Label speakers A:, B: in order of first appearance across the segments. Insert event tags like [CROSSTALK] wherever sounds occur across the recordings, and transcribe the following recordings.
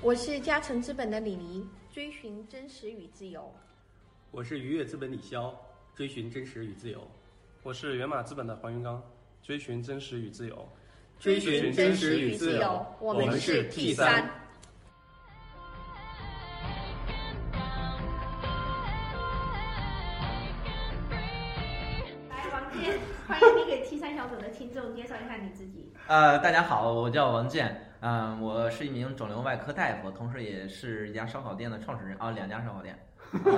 A: 我是嘉诚资本的李黎，追寻真实与自由。
B: 我是愉悦资本李潇，追寻真实与自由。
C: 我是源码资本的黄云刚，追寻真实与自由。
A: 追寻真实与自由，我们是 T 三。
D: 来，王健，欢迎你给 T 三小组的听众介绍一下你自己。
E: 呃，大家好，我叫王健，嗯、我是一名肿瘤外科大夫，同时也是一家烧烤店的创始人啊，两家烧烤店，啊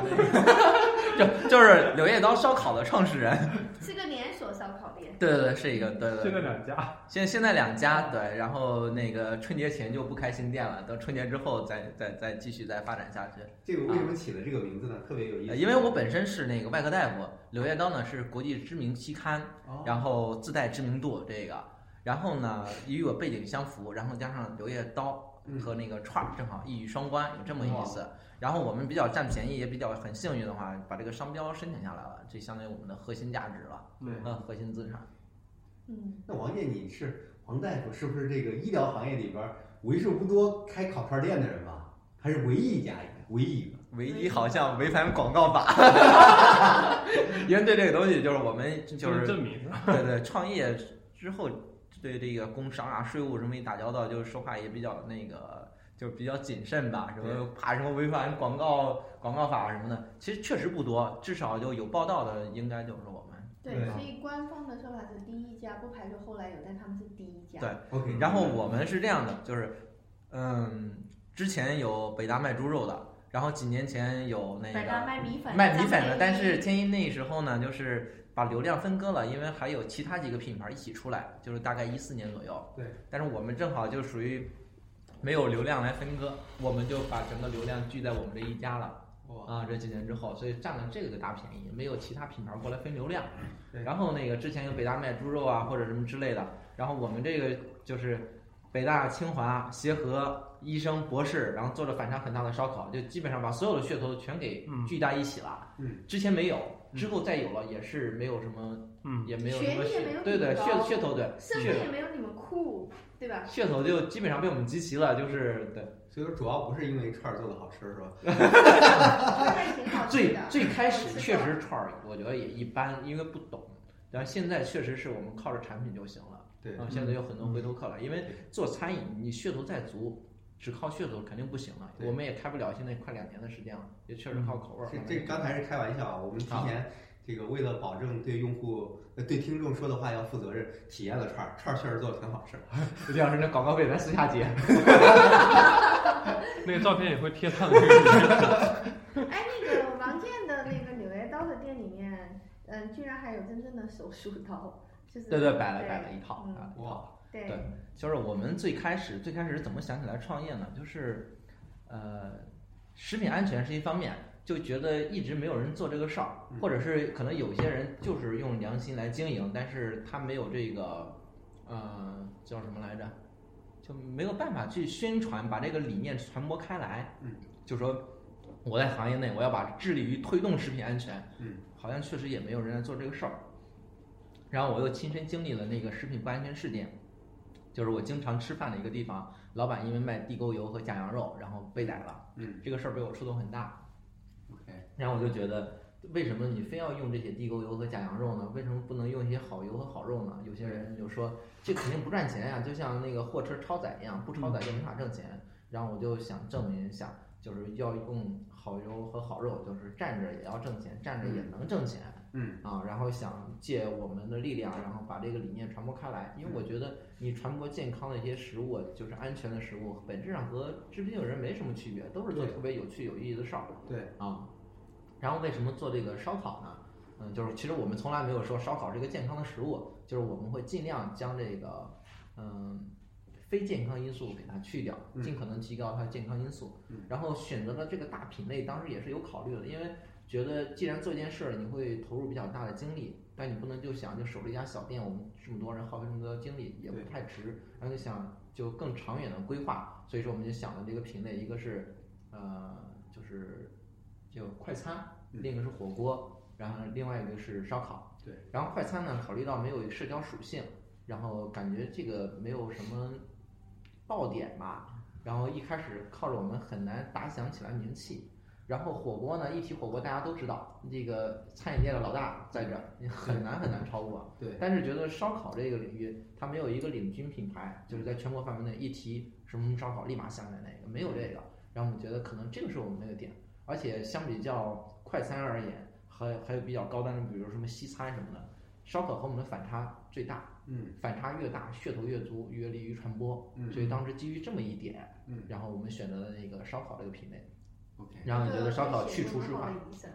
D: [LAUGHS]
E: 就就是柳叶刀烧烤的创始人，
D: 是个连锁烧烤店，
E: 对对对，是一个对
F: 现
E: 对
F: 在
E: 对，
F: 两家，
E: 现现在两家对，然后那个春节前就不开新店了，等春节之后再再再继续再发展下去，
G: 这个为什么起了这个名字呢？特别有
A: 啊
G: 意思。
E: 呃因为我本身是那个外科大夫，柳叶刀呢是国际知名期刊。
G: 哦
E: 然后自带知名度这个，然后呢与我背景相符，然后加上柳叶刀和那个串儿正好一语双关，有这么意思。然后我们比较占便宜，也比较很幸运的话，把这个商标申请下来了，这相当于我们的核心价值了，
F: 对
E: 嗯，核心资产。
D: 嗯，
G: 那王健，你是黄大夫，是不是这个医疗行业里边儿为数不多开烤串店的人吧？还是唯一一家，唯一一个。
E: 唯一好像违反广告法， [LAUGHS] 因为对这个东西就是我们就是
F: 证明是吧？
E: 对对，创业之后对这个工商啊、税务什么一打交道，就是说话也比较那个，就比较谨慎吧，什么怕什么违反广告广告法什么的，其实确实不多，至少就有报道的，应该就是我们。
D: 对，
G: 对
D: 所以官方的说法是第一家，不排除后来有，但他们是第一家。
E: 对
G: OK，
E: 然后我们是这样的，就是嗯，之前有北大卖猪肉的，然后几年前有那个
D: 百大卖米粉，
E: 卖米粉的，但是天一那时候呢，就是把流量分割了，因为还有其他几个品牌一起出来，就是大概一四年左右。
G: 对，
E: 但是我们正好就属于没有流量来分割，我们就把整个流量聚在我们这一家了
G: 哇，
E: 啊。这几年之后，所以占了这个大便宜，没有其他品牌过来分流量。
G: 嗯对
E: 然后那个之前有北大卖猪肉啊，或者什么之类的，然后我们这个就是北大、清华、协和、医生、博士，然后做了反差很大的烧烤，就基本上把所有的噱头全给
C: 嗯
E: 聚在一起了。
G: 嗯，
E: 之前没有，之后再有了也是没有什么，
C: 嗯，
E: 也没有什么
D: 权益也没有
E: 噱，对对，
D: 那
E: 噱
D: 么高
E: 噱头对
D: 甚至也没有你们酷，对吧？
E: 噱头就基本上被我们集齐了，就是对
G: 所以说主要不是因为串儿做的好吃是吧？
D: 还挺好吃
E: 最
D: 的。嗯
E: 最开始
D: 我知
E: 确
D: 道
E: 实串儿，我觉得也一般，因为不懂。但是现在确实是我们靠着产品就行了，
G: 对
A: 啊
G: 嗯
E: 然后现在有很多回头客了，因为做餐饮你噱头再足，只靠噱头肯定不行了。
G: 对嗯
E: 我们也开不了，现在快两年的时间了，也确实靠口味儿
G: 这
E: 慢慢
G: 这
E: 养。
G: 刚才是开玩笑啊，我们提前这个为了保证对用户、呃对听众说的话要负责任，体验了串儿，串儿确实做的挺好吃。
E: 李老师那广告费咱私下结。
C: 那个照片也会贴上那个。
D: 哎，那个王健的那个纽约刀的店里面，嗯，居然还有真正的手术刀，就是
E: 对对，摆了摆了一套
D: 嗯
E: 啊。
G: 哇，
D: 对
E: 对就是我们最开始最开始怎么想起来创业呢？就是，呃，食品安全是一方面，就觉得一直没有人做这个事儿，
G: 嗯
E: 或者是可能有些人就是用良心来经营，但是他没有这个，呃，叫什么来着？就没有办法去宣传，把这个理念传播开来。
G: 嗯，
E: 就说我在行业内，我要把致力于推动食品安全。
G: 嗯，
E: 好像确实也没有人来做这个事儿。然后我又亲身经历了那个食品不安全事件，就是我经常吃饭的一个地方，老板因为卖地沟油和假羊肉，然后被逮了。
G: 嗯
E: 这个事儿被我触动很大，
G: ，OK，
E: 然后我就觉得，为什么你非要用这些地沟油和假羊肉呢？为什么不能用一些好油和好肉呢？有些人就说这肯定不赚钱呀、就像那个货车超载一样，不超载就没法挣钱。然后我就想证明一下，就是要用好油和好肉，就是站着也要挣钱，站着也能挣钱。
G: 嗯，
E: 啊，然后想借我们的力量，然后把这个理念传播开来。因为我觉得你传播健康的一些食物，就是安全的食物，本质上和知不知有人没什么区别，都是做
G: 对
E: 特别有趣有意义的事儿
G: 对，
E: 啊。然后为什么做这个烧烤呢？嗯，就是其实我们从来没有说烧烤是一个健康的食物，就是我们会尽量将这个嗯非健康因素给它去掉，
G: 嗯
E: 尽可能提高它的健康因素。
G: 嗯
E: 然后选择了这个大品类，当时也是有考虑的，因为觉得既然做一件事儿，你会投入比较大的精力，但你不能就想就守着一家小店，我们这么多人耗费这么多精力也不
G: 对
E: 太值，然后就想就更长远的规划，所以说我们就想了这个品类，一个是呃就是就快餐，
G: 嗯
E: 另一个是火锅，然后另外一个是烧烤。
G: 对，
E: 然后快餐呢，考虑到没有社交属性，然后感觉这个没有什么爆点吧，
D: 然后一开始靠着我们很难打响起来名气。然后火锅呢，一提火锅大家都知道，这个餐饮界的老大在这儿，你很难很难超过。
G: 对，
D: 但是觉得烧烤这个领域，它没有一个领军品牌，就是在全国范围内一提什么烧烤，立马想起来那个没有这个。然后我们觉得可能这个是我们那个点，而且相比较快餐而言，还还有比较高端的，比如什么西餐什么的，烧烤和我们的反差最大，
G: 嗯
D: 反差越大，噱头越足，越利于传播。
G: 嗯，
D: 所以当时基于这么一点，
G: 嗯
D: 然后我们选择了那个烧烤这个品类。
G: OK，嗯
D: 然后你觉得烧烤
H: 这个
D: 去
H: 是
D: 除湿
H: 很好
D: 化
H: 的，一项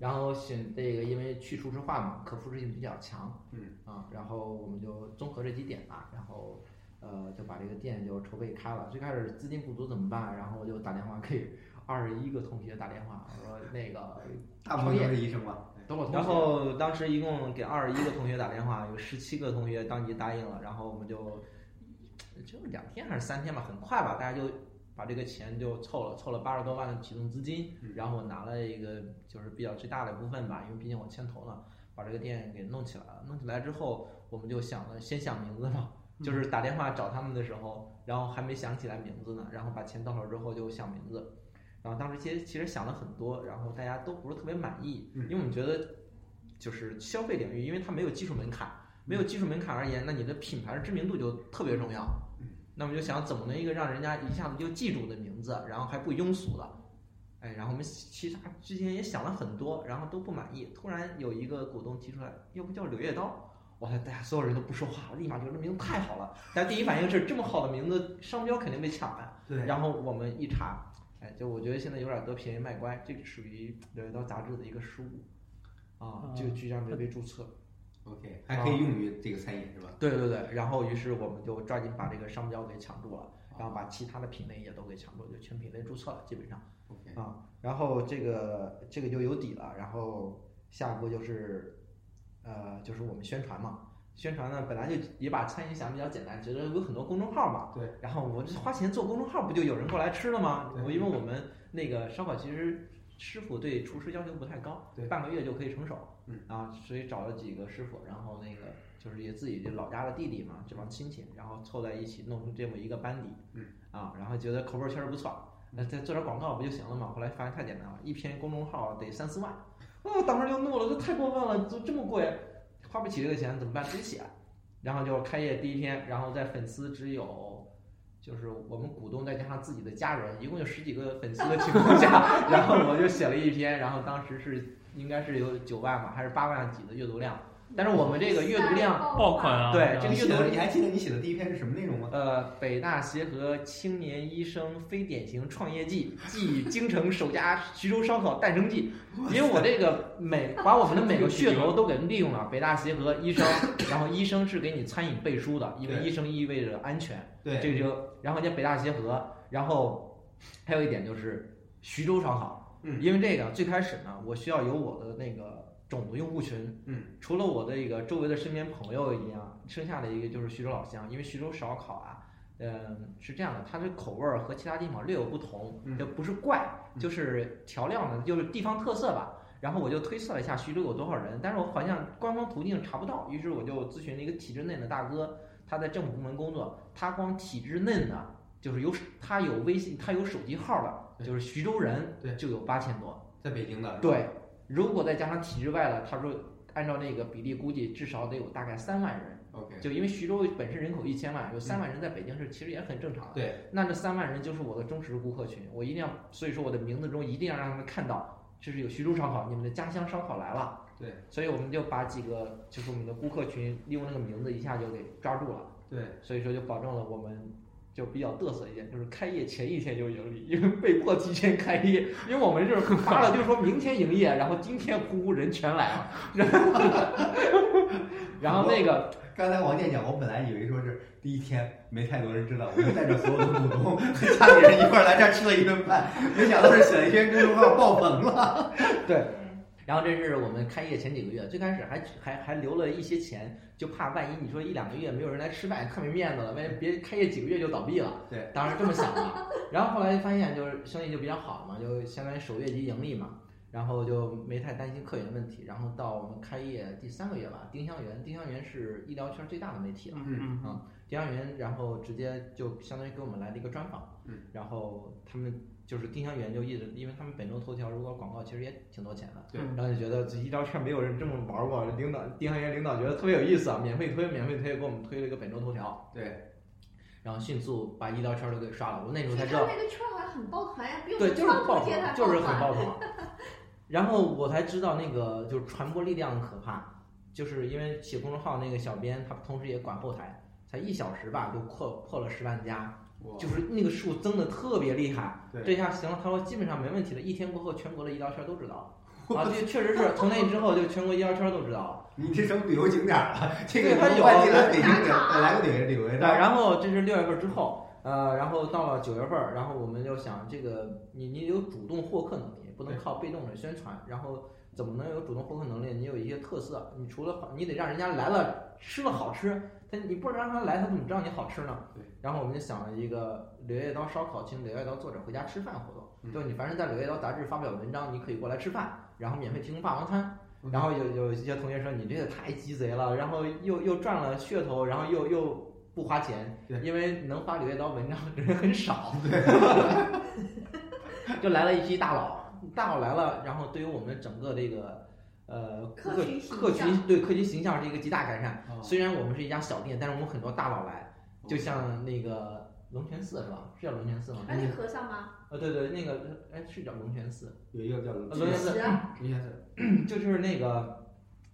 D: 然后选这个，因为去除湿化嘛，可复制性比较强，
G: 嗯
D: 啊，然后我们就综合这几点吧，然后呃就把这个店就筹备开了。最开始资金不足怎么办？然后我就打电话给二十一个同学打电话，我说那个
G: 大部分都是医生吧？
D: 等我同学，
E: 然后当时一共给二十一个同学打电话，有十七个同学当即答应了，然后我们就呃就两天还是三天吧，很快吧，大家就把这个钱就凑了，凑了八十多万的启动资金
G: 嗯，
E: 然后我拿了一个就是比较最大的部分吧，因为毕竟我牵头了，把这个店给弄起来了。弄起来之后，我们就想了，先想名字嘛，就是打电话找他们的时候，然后还没想起来名字呢，然后把钱到手之后就想名字。然后当时其实其实想了很多，然后大家都不是特别满意，
G: 嗯
E: 因为我们觉得就是消费领域，因为它没有技术门槛，没有技术门槛而言，那你的品牌知名度就特别重要
G: 嗯。
E: 那我们就想怎么能一个让人家一下子就记住的名字，然后还不庸俗的，哎，然后我们其实之前也想了很多，然后都不满意。突然有一个股东提出来，要不叫柳叶刀？哇塞，大家所有人都不说话了，立马觉得这名字太好了。大家第一反应是这么好的名字，商标肯定被抢了。
G: 对
E: 然后我们一查，哎，就我觉得现在有点得便宜卖乖，这个属于《柳叶刀》杂志的一个失误，啊，
I: 啊
E: 就居然没被注册。
G: ，OK，还可以用于这个餐饮是吧？
E: 对对对，然后于是我们就抓紧把这个商标给抢住了，然
G: 啊
E: 后把其他的品类也都给抢住，就全品类注册了，基本上
G: OK，
E: 啊。然后这个这个就有底了，然后下一步就是，呃，就是我们宣传嘛。宣传呢，本来就也把餐饮想比较简单，觉得有很多公众号嘛，
G: 对，
E: 然后我这花钱做公众号，不就有人过来吃了吗？
G: 对
E: 我因为我们那个烧烤其实师傅对厨师要求不太高，
G: 对
E: 半个月就可以成手，
G: 嗯
E: 啊，所以找了几个师傅，然后那个就是也自己就老家的弟弟嘛，这帮亲戚，然后凑在一起弄成这么一个班底，
G: 嗯，
E: 啊，然后觉得口味儿确实不错，那再做点广告不就行了嘛？后来发现太简单了，一篇公众号得三四万，哦，当时就怒了，这太过分了，就这么贵，花不起这个钱怎么办？自己写。然后就开业第一天，然后在粉丝只有，就是我们股东再加上自己的家人，一共就十几个粉丝的情况下，然后我就写了一篇，然后当时是应该是有九万吧，还是八万几的阅读量，但是我们这个阅读量
C: 爆款啊！
E: 对这
G: 你
E: 个阅
G: 写
E: 读
G: 的，你还记得你写的第一篇是什么内容吗？
E: 呃，北大协和青年医生非典型创业
G: [LAUGHS]
E: 记暨京城首家徐州烧烤诞生记，因为我这个每把我们的每个噱头都给利用
G: [LAUGHS]
E: 了。北大协和医生，然后医生是给你餐饮背书的，因为
G: 对
E: 医生意味着安全，
G: 对，
E: 这个就然后叫北大协和，然后还有一点就是徐州烧烤，
G: 嗯
E: 因为这个最开始呢，我需要有我的那个种子用户群，
G: 嗯
E: 除了我的一个周围的身边朋友一样，剩下的一个就是徐州老乡，因为徐州烧烤啊，嗯，是这样的，它的口味儿和其他地方略有不同，
G: 嗯
E: 也不是怪，
G: 嗯
E: 就是调料呢，就是地方特色吧。然后我就推测了一下徐州有多少人，但是我好像官方途径查不到，于是我就咨询了一个体制内的大哥，他在政府部门工作，他光体制内呢，就是有他有微信，他有手机号的，
G: 对
E: 就是徐州人
G: 对
E: 就有八千多。
G: 在北京的，
E: 对，如果再加上体制外的，他说按照那个比例估计，至少得有大概三万人。
G: ，OK，
E: 就因为徐州本身人口一千万，有三万人在北京是其实也很正常的。
G: 对，
E: 那这三万人就是我的忠实顾客群，我一定要，所以说我的名字中一定要让他们看到，这是有徐州烧烤，你们的家乡烧烤来了。
G: 对，
E: 所以我们就把几个就是我们的顾客群利用那个名字一下就给抓住了。
G: 对，
E: 所以说就保证了我们就比较嘚瑟一点，就是开业前一天就盈利，因为被迫提前开业，因为我们就是发了就是说明天营业，然后今天呼呼人全来了， [LAUGHS] 然后然后那个
G: 刚才王健讲，我本来以为说是第一天没太多人知道，我就带着所有的股东 [LAUGHS] 和家里人一块儿来这儿吃了一顿饭，没想到是写了一篇公众号爆棚了。
E: 对，
H: 对
E: 然后这是我们开业前几个月，最开始还还还留了一些钱，就怕万一你说一两个月没有人来吃饭，太没面子了，万一别开业几个月就倒闭了。
G: 对，
E: 当时这么想的。然后后来发现就是生意就比较好嘛，就相当于首月即盈利嘛。然后就没太担心客源问题。然后到我们开业第三个月吧，丁香园，丁香园是医疗圈最大的媒体了。
C: 嗯嗯
E: 丁香园，然后直接就相当于给我们来了一个专访，
G: 嗯，
E: 然后他们就是丁香园就一直，因为他们本周头条如果广告其实也挺多钱的，
G: 对
E: 然后就觉得这医疗圈没有人这么玩过，领导丁香园领导觉得特别有意思啊，免费推免费推，给我们推了一个本周头条，
G: 对，
E: 然后迅速把医疗圈都给刷了，我那时候才
D: 其
E: 知
D: 实他
E: 道
D: 们，那个圈儿好像很抱团呀，比我
E: 对，
D: 们
E: 就是
D: 创
E: 爆
D: 投界还
E: 团，就是很
D: 团。
E: 爆团。然后我才知道那个就是传播力量的可怕，就是因为写公众号那个小编，他同时也管后台，才一小时吧就破破了十万加，
G: 我
E: 就是那个数增的特别厉害。
G: 对
E: 这下行了，他说基本上没问题了。一天过后，全国的医疗圈都知道了。啊，这确实是从那之后就全国医疗圈都知道了。
G: 你这成旅游景点儿了，这个
E: 对它有
G: 外地来北京
D: 打
G: 得
D: 卡
G: 来个旅游旅游
E: 对，然后这是六月份之后，呃，然后到了九月份儿，然后我们就想，这个你你有主动获客能力，不能
G: 对
E: 靠被动的宣传，然后怎么能有主动获客能力？你有一些特色，你除了好，你得让人家来了吃了好吃，他你不让他来，他怎么知道你好吃呢？
G: 对。
E: 然后我们就想了一个《柳叶刀烧烤》，请《柳叶刀》作者回家吃饭活动，
G: 嗯
E: 就是你凡是在《柳叶刀》杂志发表文章，你可以过来吃饭，然后免费提供霸王餐。
G: 嗯
E: 然后有有一些同学说你这个太鸡贼了，然后又又赚了噱头，然后又又不花钱
G: 对，
E: 因为能发《柳叶刀》文章的人很少， [LAUGHS] 就来了一批大佬，大佬来了，然后对于我们整个这个呃
D: 客
E: 客
D: 群形
E: 客群
D: 象
E: 对客群形象是一个极大改善。
G: 哦
E: 虽然我们是一家小店，但是我们很多大佬来，就像那个龙泉寺是吧？是叫龙泉寺吗？
D: 而且和尚吗？
E: 呃，对对，那个哎是叫龙泉寺，
G: 啊有一个叫龙
E: 龙
G: 泉
E: 泉
G: 寺，
E: 寺
D: 是啊
G: 龙泉寺，
E: 就是那个，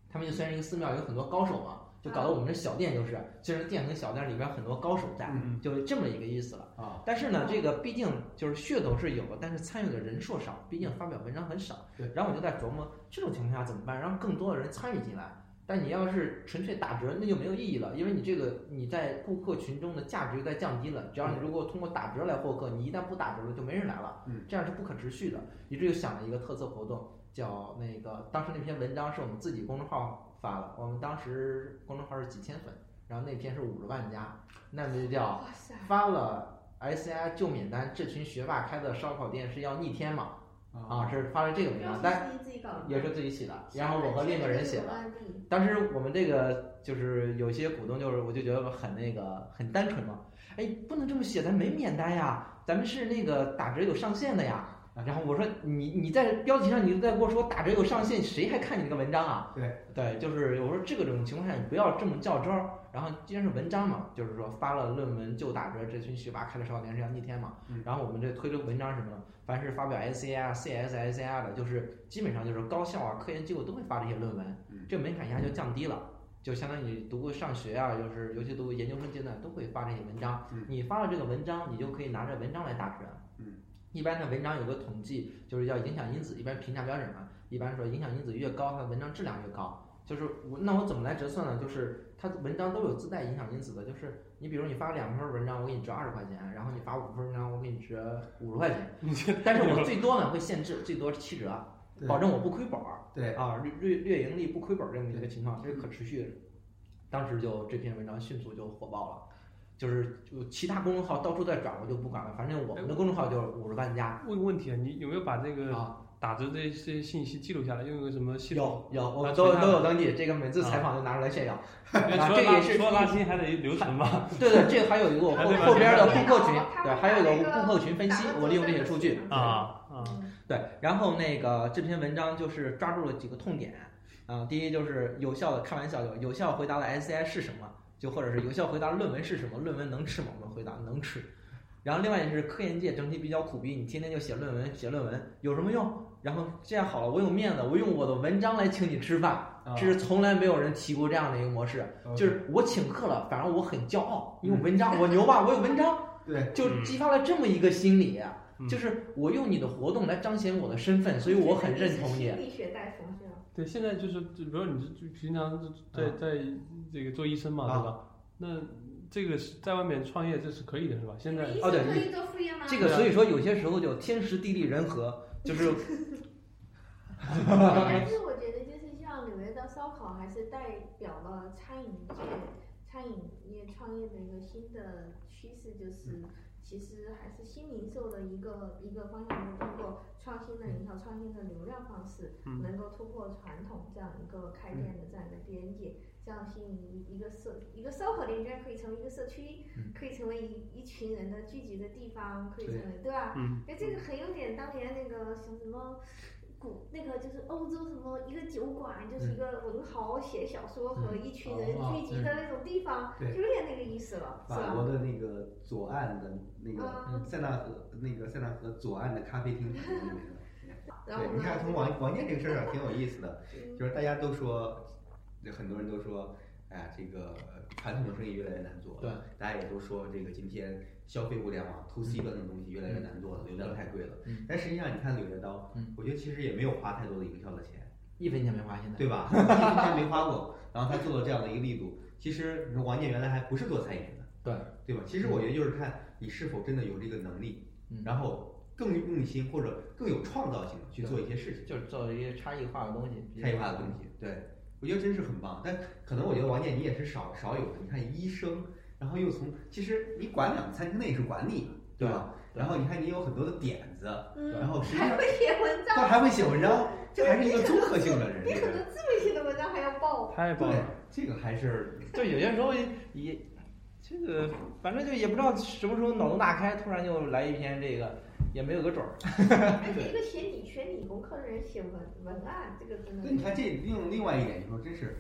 E: 他们就虽然一个寺庙有很多高手嘛，就搞得我们这小店就是，虽然店很小，但是里边很多高手在，
G: 嗯
E: 就是这么一个意思了。
G: 啊，
E: 但是呢，这个毕竟就是噱头是有的，但是参与的人数少，毕竟发表文章很少。
G: 对
E: 然后我就在琢磨，这种情况下怎么办，让更多的人参与进来。但你要是纯粹打折，那就没有意义了，因为你这个你在顾客群中的价值就在降低了。只要你如果通过打折来获客，你一旦不打折了，就没人来了。
G: 嗯，
E: 这样是不可持续的。于是就想了一个特色活动，叫那个当时那篇文章是我们自己公众号发的，我们当时公众号是几千粉，然后那篇是五十万加，那我们就叫
D: 哇塞！
E: 发了 SCI 救免单，这群学霸开的烧烤店是要逆天嘛？啊，
G: 哦
E: 这是发了这个文章，但
D: 是自己搞的吗，
E: 也是自己写的，然后我和另一个人写的。
D: 案例。
E: 当时我们这个就是有些股东就是我就觉得很那个很单纯嘛，哎，不能这么写，咱没免单呀，咱们是那个打折有上限的呀。然后我说你你在标题上你就在跟我说打折有上限，谁还看你这个文章啊？
G: 对
E: 对，就是我说这个种情况下你不要这么较真儿。然后既然是文章嘛，就是说发了论文就打折，这群学霸开了烧烤店是要逆天嘛。
G: 嗯
E: 然后我们这推这个文章什么的，凡是发表 SCI 啊、CS、SCI 的，就是基本上就是高校啊、科研机构都会发这些论文。这门槛一下就降低了，就相当于你读过上学啊，就是尤其读研究生阶段都会发这些文章
G: 嗯。
E: 你发了这个文章，你就可以拿着文章来打折。
G: 嗯，
E: 一般的文章有个统计，就是叫影响因子，一般评价标准嘛，一般说影响因子越高，它的文章质量越高。就是我那我怎么来折算呢？就是它文章都有自带影响因子的，就是你比如你发两篇文章，我给你折二十块钱，然后你发五篇文章，我给你折五十块钱，
C: 嗯
E: 但是我最多呢会限制，最多是七折，
G: 对
E: 保证我不亏本儿。
G: 对，
E: 啊，略略略盈利不亏本儿这么一个情况，这是可持续的。当时就这篇文章迅速就火爆了，就是就其他公众号到处在转，我就不管了，反正我们的公众号就是五十万加
C: 问个问题啊，你有没有把这个
E: 啊，
C: 打折这些信息记录下来？用一个什么系统？
E: 有有，我
C: 啊
E: 们都
C: 存下
E: 都
C: 来
E: 有登记，这个每次
C: 啊
E: 采访就拿出来炫耀。
C: 因为
E: 啊
C: 除了
E: 这也
C: 拉
E: 是
C: 除了拉新，还得留存
E: [LAUGHS]
C: 吧？
E: 对对，这个还有一个我
C: 还
E: 后
C: 得把
E: 后边的
D: 这个
E: 顾客群
D: 他，
E: 对，
D: 会
E: 还有一个
D: 把那
E: 顾
D: 个
E: 客群分析
D: 打，个
E: 我利用这
D: 折
E: 些数据，
D: 对
C: 啊啊，
D: 嗯
E: 对，然后那个这篇文章就是抓住了几个痛点啊、第一就是有效的开玩笑，有有效回答了 SCI 是什么，就或者是有效回答论文是什么，论文能吃吗？我们回答能吃。然后另外也是科研界整体比较苦逼，你天天就写论文写论文有什么用？然后这样好了，我有面子，我用我的文章来请你吃饭，
G: 啊
E: 这是从来没有人提过这样的一个模式，
G: OK
E: 就是我请客了，反而我很骄傲，因为我文章我牛吧，我有文章。
G: 对，
E: 就
C: 嗯
E: 激发了这么一个心理，啊
C: 嗯
E: 就是我用你的活动来彰显我的身份，所以我很认同你
D: 心。理学带风向，
C: 对，现在就是，就比如你是就平常就在在这个做医生嘛，
G: 啊
C: 对吧？那这个是在外面创业这是可以的，是吧？现在
D: 你
E: 哦对
D: 可以做副业吗？
E: 这
G: 啊
E: 个所以说有些时候就天时地利人和，就是
D: 还是我觉得就是像柳叶刀烧烤，还是代表了餐饮界、餐饮业创业的一个新的趋势，就是其实还是新零售的一个一个方向，就是通过创新的营销、创新的流量方式，
B: 嗯
D: 能够突破传统这样一个开店的这样一个边界，这样吸引一一个社一个烧烤店居然可以成为一个社区，可以成为一一群人的聚集的地方，可以成为对吧？
B: 嗯，
D: 哎，这个很有点当年那个什么什么古那个就是欧洲什么一个酒馆，就是一
G: 嗯
D: 个文豪写小说和一群人聚集的那种地方，
G: 对
D: 就有点那个意思了，是
G: 法
D: 吧？
G: 国的那个左岸的那个呃
D: 嗯
G: 塞纳河，那个塞纳河左岸的咖啡厅是什么名字？
D: [LAUGHS] 然后
G: 对，
D: 我
G: 你
D: 们
G: 看从王王健这个事儿上挺有意思的，
D: 嗯
G: 就是大家都说，就很多人都说，哎呀，这个呃传统的生意越来越难做了。
E: 对，
G: 大家也都说这个今天消费互联网 to C 端的东西越来越难做了，流量太贵了。
E: 嗯
G: 但实际上你看柳叶刀，
E: 嗯
G: 我觉得其实也没有花太多的营销的钱，
E: 一分钱没花，现在
G: 对
E: [LAUGHS]
G: 吧？一分钱没花过，然后他做到这样的一个力度。其实你说王健原来还不是做餐饮的，
E: 对
G: 对吧？其实我觉得就是看你是否真的有这个能力，
E: 嗯
G: 然后更用心或者更有创造性的去做一些事情。
E: 就是做一些差异化的东西，比
G: 差异化的东
E: 嗯
G: 西，对我觉得真是很棒。但可能我觉得王健你也是少少有的，你看医生，然后又从其实你管两个餐厅那也是管你，对吧？
E: 对
G: 然后你看你有很多的点子，
D: 嗯，
G: 然后实际
D: 还 [LAUGHS]
G: 上
D: 会写文
G: 他
D: 章，
G: 还会写文章，这还是一个综合性的人，
D: 比
G: 这
D: 很
G: 个
D: 多自媒体的文章还要
G: [LAUGHS]
D: 爆。
C: 太棒
G: 对
C: 了！
G: 这个还是
E: 就有些时候也这个，反正就也不知道什么时候脑洞大开，突然就来一篇这个，也没有个准儿。
D: 哎，一个写理学理工科的人写文文案，这个真的
G: 对。你看这另另外一点，你说真是，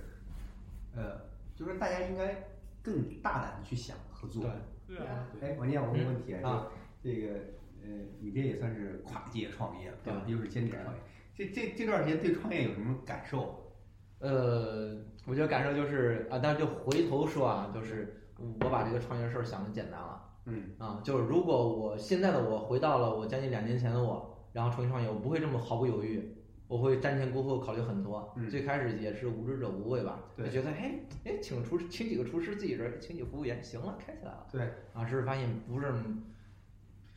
G: 呃，就是大家应该更大胆的去想合作。
C: 对
D: 啊
G: 哎，王健，我问个问题
E: 嗯
G: 啊，就这个呃，你这也算是跨界创业了，对吧？又是兼职创业，这这这段时间对创业有什么感受？
E: 呃，我觉得感受就是啊，但是就回头说啊，就是我把这个创业事儿想的简单了
G: 嗯，
E: 啊，就是如果我现在的我回到了我将近两年前的我，然后重新创业，我不会这么毫不犹豫。我会瞻前顾后，考虑很多。
G: 嗯
E: 最开始也是无知者无畏吧，
G: 对
E: 就觉得哎哎，请厨师，请几个厨师，自己人，请几个服务员，行了，开起来了。
G: 对，
E: 啊，是发现不是，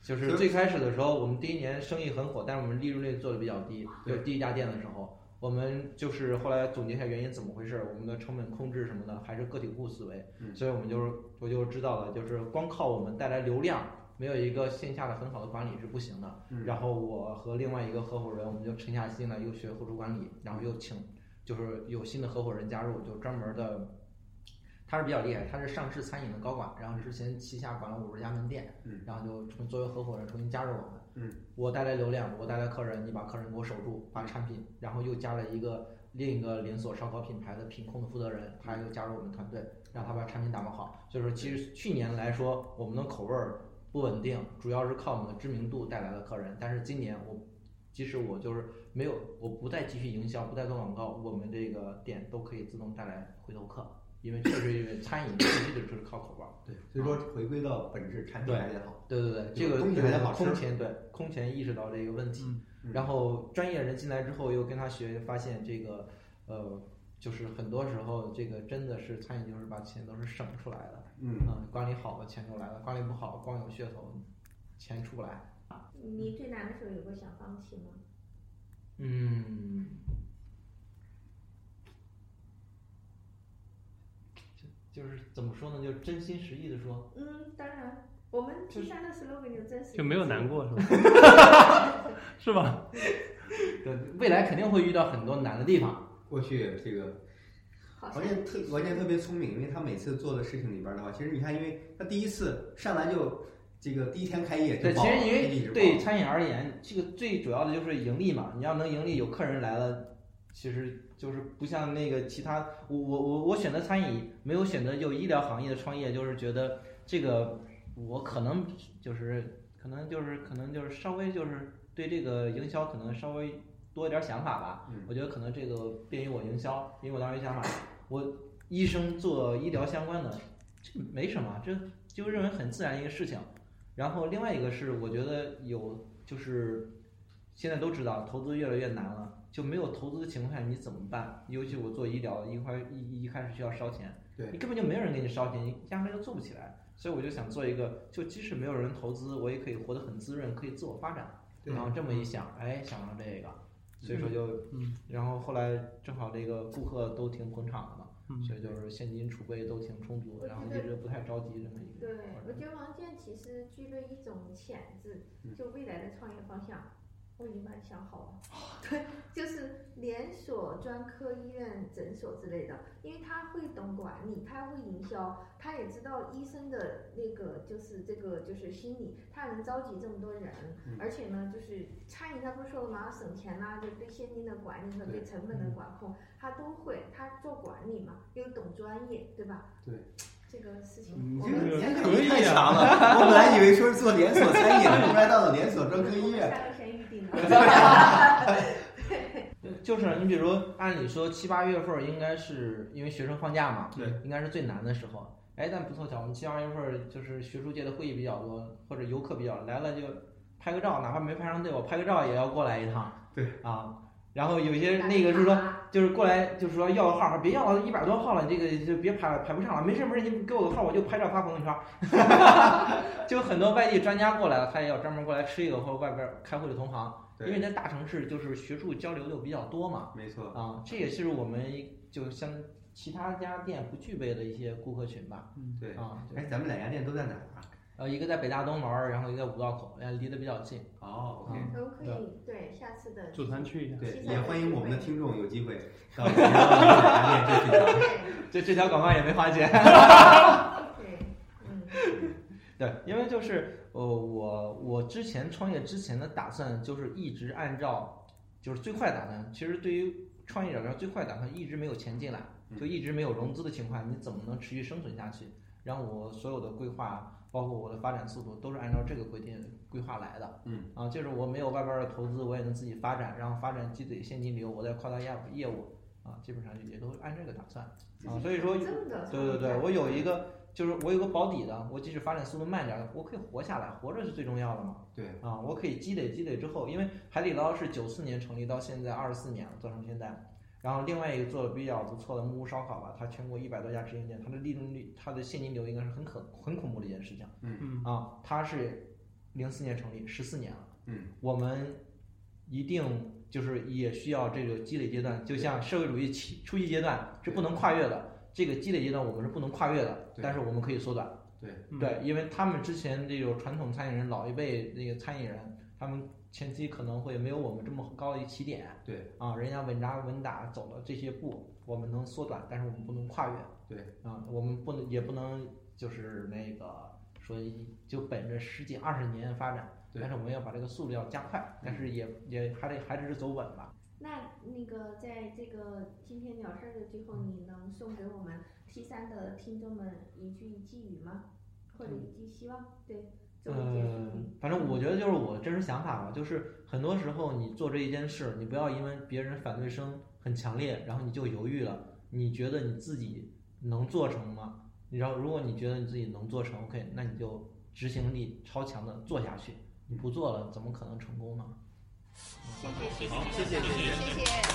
E: 就是
G: 就
E: 最开始的时候，我们第一年生意很火，但是我们利润率做的比较低，就
G: 对
E: 是第一家店的时候，我们就是后来总结一下原因怎么回事，我们的成本控制什么的还是个体户思维，
G: 嗯
E: 所以我们就是我就知道了，就是光靠我们带来流量。没有一个线下的很好的管理是不行的。
G: 嗯
E: 然后我和另外一个合伙人，我们就沉下心来，又学后厨管理，然后又请，就是有新的合伙人加入，就专门的他是比较厉害，他是上市餐饮的高管，然后之前旗下管了五十家门店，
G: 嗯
E: 然后就重作为合伙人重新加入我们，
G: 嗯，
E: 我带来流量，我带来客人，你把客人给我守住，把产品，然后又加了一个另一个连锁烧烤品牌的品控的负责人，他又加入我们团队，让他把产品打磨好。所以说，其实去年来说，我们的口味儿不稳定，主要是靠我们的知名度带来的客人，但是今年我。即使我就是没有，我不再继续营销，不再做广告，我们这个店都可以自动带来回头客。因为确实因为餐饮必须得是靠口味儿。
G: 对，所以说回归到本质，产品还得好。
E: 对对对，这
G: 有
E: 个
G: 东西还得好吃
E: 空前对空前意识到这个问题，
G: 嗯
E: 然后专业人进来之后又跟他学，发现这个呃，就是很多时候这个真的是餐饮就是把钱都是省出来的，
G: 嗯，
E: 嗯，管理好了钱就来了，管理不好光有噱头，钱出不来。
D: 你最难的时候有过想放弃吗？
E: 嗯，就就是怎么说呢？就真心实意的说，
D: 嗯，当然，我们
E: 就
D: 提倡的 slogan 就真实，
C: 就没
D: [LAUGHS]
C: 有难。过是吧？ [LAUGHS] 是吧？
E: 对，未来肯定会遇到很多难的地方。
G: 过去这个
D: 好像
G: 王健特王健特别聪明，因为他每次做的事情里边的话，其实你看，因为他第一次上来就这个第一天开业就
E: 对，
G: 爆
E: 其
G: 了，
E: 实因
G: 业绩
E: 为
G: 是
E: 对
G: 爆了
E: 餐饮而言，这个最主要的就是盈利嘛。你要能盈利，有客人来了，其实就是不像那个其他，我我我我选择餐饮，没有选择就医疗行业的创业，就是觉得这个我可能就是可能就是可能就是稍微就是对这个营销可能稍微多一点想法吧。
G: 嗯
E: 我觉得可能这个便于我营销，因为我当时想法，我医生做医疗相关的，这没什么，这就认为很自然一个事情。然后另外一个是，我觉得有就是现在都知道投资越来越难了，就没有投资的情况下你怎么办？尤其我做医疗一块一一开始需要烧钱，
G: 对
E: 你根本就没有人给你烧钱，你压根就做不起来。所以我就想做一个，就即使没有人投资，我也可以活得很滋润，可以自我发展。
G: 对
E: 然后这么一想，哎，想到这个，所以说就，
C: 嗯
E: 然后后来正好这个顾客都挺捧场的嘛，
J: 嗯
E: 所以就是现金储备都挺充足，然后一直不太着急这么一个
D: 对
E: 过，
D: 我
E: 程。
D: 觉得王健其实具备一种潜质
J: 嗯，
D: 就未来的创业方向，我已经把你想好了。 [LAUGHS] 对，就是连锁专科医院、诊所之类的，因为他会懂管理，他会营销，他也知道医生的那个就是这个就是心理，他能召集这么多人，
J: 嗯
D: 而且呢，就是餐饮他不是说了嘛，要省钱啦、就对现金的管理和对成本的管控，他都会，他做管理嘛，又懂专业，对吧？
E: 对，
D: 这个事情
G: 你
D: 我
G: 嗯这个
D: 们。
G: 联想
C: 可以
G: 力
C: 啊
G: 太强了，我本来以为说是做连锁餐饮，后来到了连锁专科医 [LAUGHS] 院。
D: 下个先预定了。
E: 就是你比如按理说七八月份儿应该是因为学生放假嘛，
J: 对，
E: 应该是最难的时候。哎，但不凑巧，我们七八月份儿就是学术界的会议比较多，或者游客比较来了就拍个照，哪怕没排上队，我拍个照也要过来一趟。
G: 对
E: 啊，然后有些那个是说就是过来就是说要个号，别要了一百多号了，这个就别排了，排不上了，没事没事，你给我个号，我就拍照发朋友圈。 [LAUGHS] 就很多外地专家过来了，他也要专门过来吃一个，或者外边儿开会的同行，因为
G: 对，
E: 在大城市就是学术交流就比较多嘛。
G: 没错，
E: 啊，这也是我们就像其他家店不具备的一些顾客群吧。
C: 嗯
G: 对。
E: 啊，对
G: 哎，咱们两家店都在哪儿啊？
E: 呃，一个在北大东门儿，然后一个在五道口，呃，离得比较近。
G: 哦，OK，
D: [LAUGHS]
E: 嗯
D: 都可以，对，下次的
C: 组团去一下。
G: 对，
D: 西餐
G: 也欢迎我们的
D: 厅
G: 听众有机会 [LAUGHS] 到我们两家店去品尝。
E: 这这条广告也没花钱。
D: 对，嗯，
E: 对，因为就是呃，我我之前创业之前的打算就是一直按照就是最快打算。其实对于创业者来说，最快打算一直没有钱进来，就一直没有融资的情况下，你怎么能持续生存下去？然后我所有的规划，包括我的发展速度，都是按照这个规定规划来的。
G: 嗯，
E: 啊，就是我没有外边的投资，我也能自己发展，然后发展积累现金流，我再扩大业务业务啊，基本上也都是按这个打算啊。所以说，
D: 真的，
E: 对对对，我有一个就是我有个保底的，我即使发展速度慢点儿，我可以活下来，活着是最重要的嘛。
G: 对
E: 啊，我可以积累积累之后，因为海底捞是九四年成立到现在二十四年了，做成现在。然后另外一个做的比较不错的木屋烧烤吧，它全国一百多家直营店，它的利润率、它的现金流应该是很可很恐怖的一件事情
C: 嗯，
E: 啊。它是零四年成立，十四年了。
G: 嗯，
E: 我们一定就是也需要这个积累阶段，就像社会主义起初级阶段是不能跨越的，这个积累阶段我们是不能跨越的，
G: 对
E: 但是我们可以缩短。
C: 嗯
E: 对，因为他们之前这种传统餐饮人、老一辈那个餐饮人，他们前期可能会没有我们这么高的一起点。
G: 对
E: 啊，人家稳扎稳打走了这些步，我们能缩短，但是我们不能跨越。
G: 对
E: 啊，我们不能也不能就是那个说就本着十几二十年发展，
G: 对
E: 但是我们要把这个速度要加快，但是也也还得还得是走稳吧。
D: 那那个在这个今天聊事儿的最后，你能送给我们 T 三的听众们一句寄语吗？或者
J: 嗯
D: 一句希望？对，作
J: 呃
D: 为结束
E: 嗯，反正我觉得就是我真实想法吧，就是很多时候你做这一件事，你不要因为别人反对声很强烈，然后你就犹豫了。你觉得你自己能做成吗？你知道，如果你觉得你自己能做成，OK，那你就执行力超强的做下去。你不做了，怎么可能成功呢？
K: 谢谢，谢谢，
J: 好谢谢谢谢
K: 谢谢。
D: 语，谢谢。